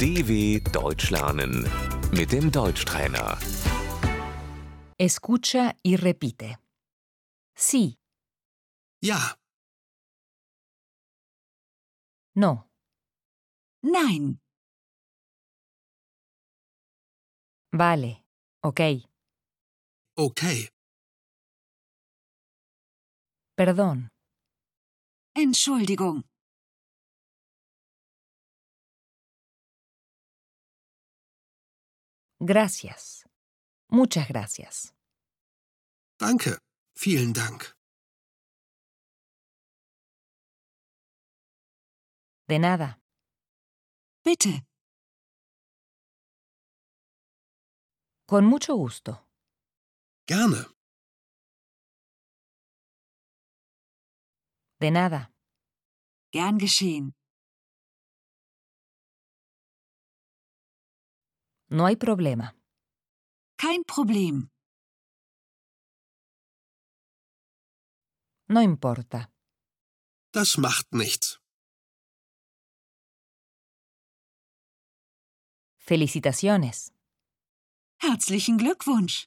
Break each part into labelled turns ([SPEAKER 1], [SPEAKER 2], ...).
[SPEAKER 1] DW Deutsch lernen mit dem Deutschtrainer.
[SPEAKER 2] Escucha y repite. Sí,
[SPEAKER 3] Ja,
[SPEAKER 2] no,
[SPEAKER 4] Nein,
[SPEAKER 2] vale, ok,
[SPEAKER 3] okay,
[SPEAKER 2] perdón,
[SPEAKER 4] Entschuldigung,
[SPEAKER 2] gracias. Muchas gracias.
[SPEAKER 3] danke, vielen Dank.
[SPEAKER 2] De nada.
[SPEAKER 4] bitte,
[SPEAKER 2] Con mucho gusto.
[SPEAKER 3] Gerne,
[SPEAKER 2] De nada.
[SPEAKER 4] gern geschehen.
[SPEAKER 2] No hay problema.
[SPEAKER 4] Kein Problem,
[SPEAKER 2] No importa.
[SPEAKER 3] das macht nichts.
[SPEAKER 2] Felicitaciones.
[SPEAKER 4] herzlichen Glückwunsch.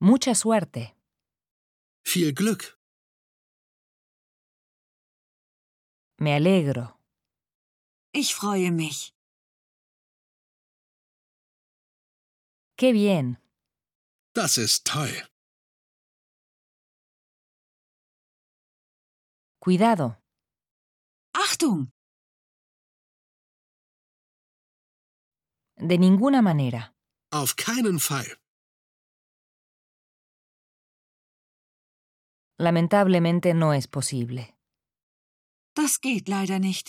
[SPEAKER 2] Mucha suerte.
[SPEAKER 3] Viel Glück,
[SPEAKER 2] Me alegro.
[SPEAKER 4] Ich freue mich.
[SPEAKER 2] Qué bien.
[SPEAKER 3] das ist toll.
[SPEAKER 2] Cuidado.
[SPEAKER 4] Achtung,
[SPEAKER 2] De ninguna manera.
[SPEAKER 3] Auf keinen Fall.
[SPEAKER 2] Lamentablemente no es posible.
[SPEAKER 4] das geht leider nicht.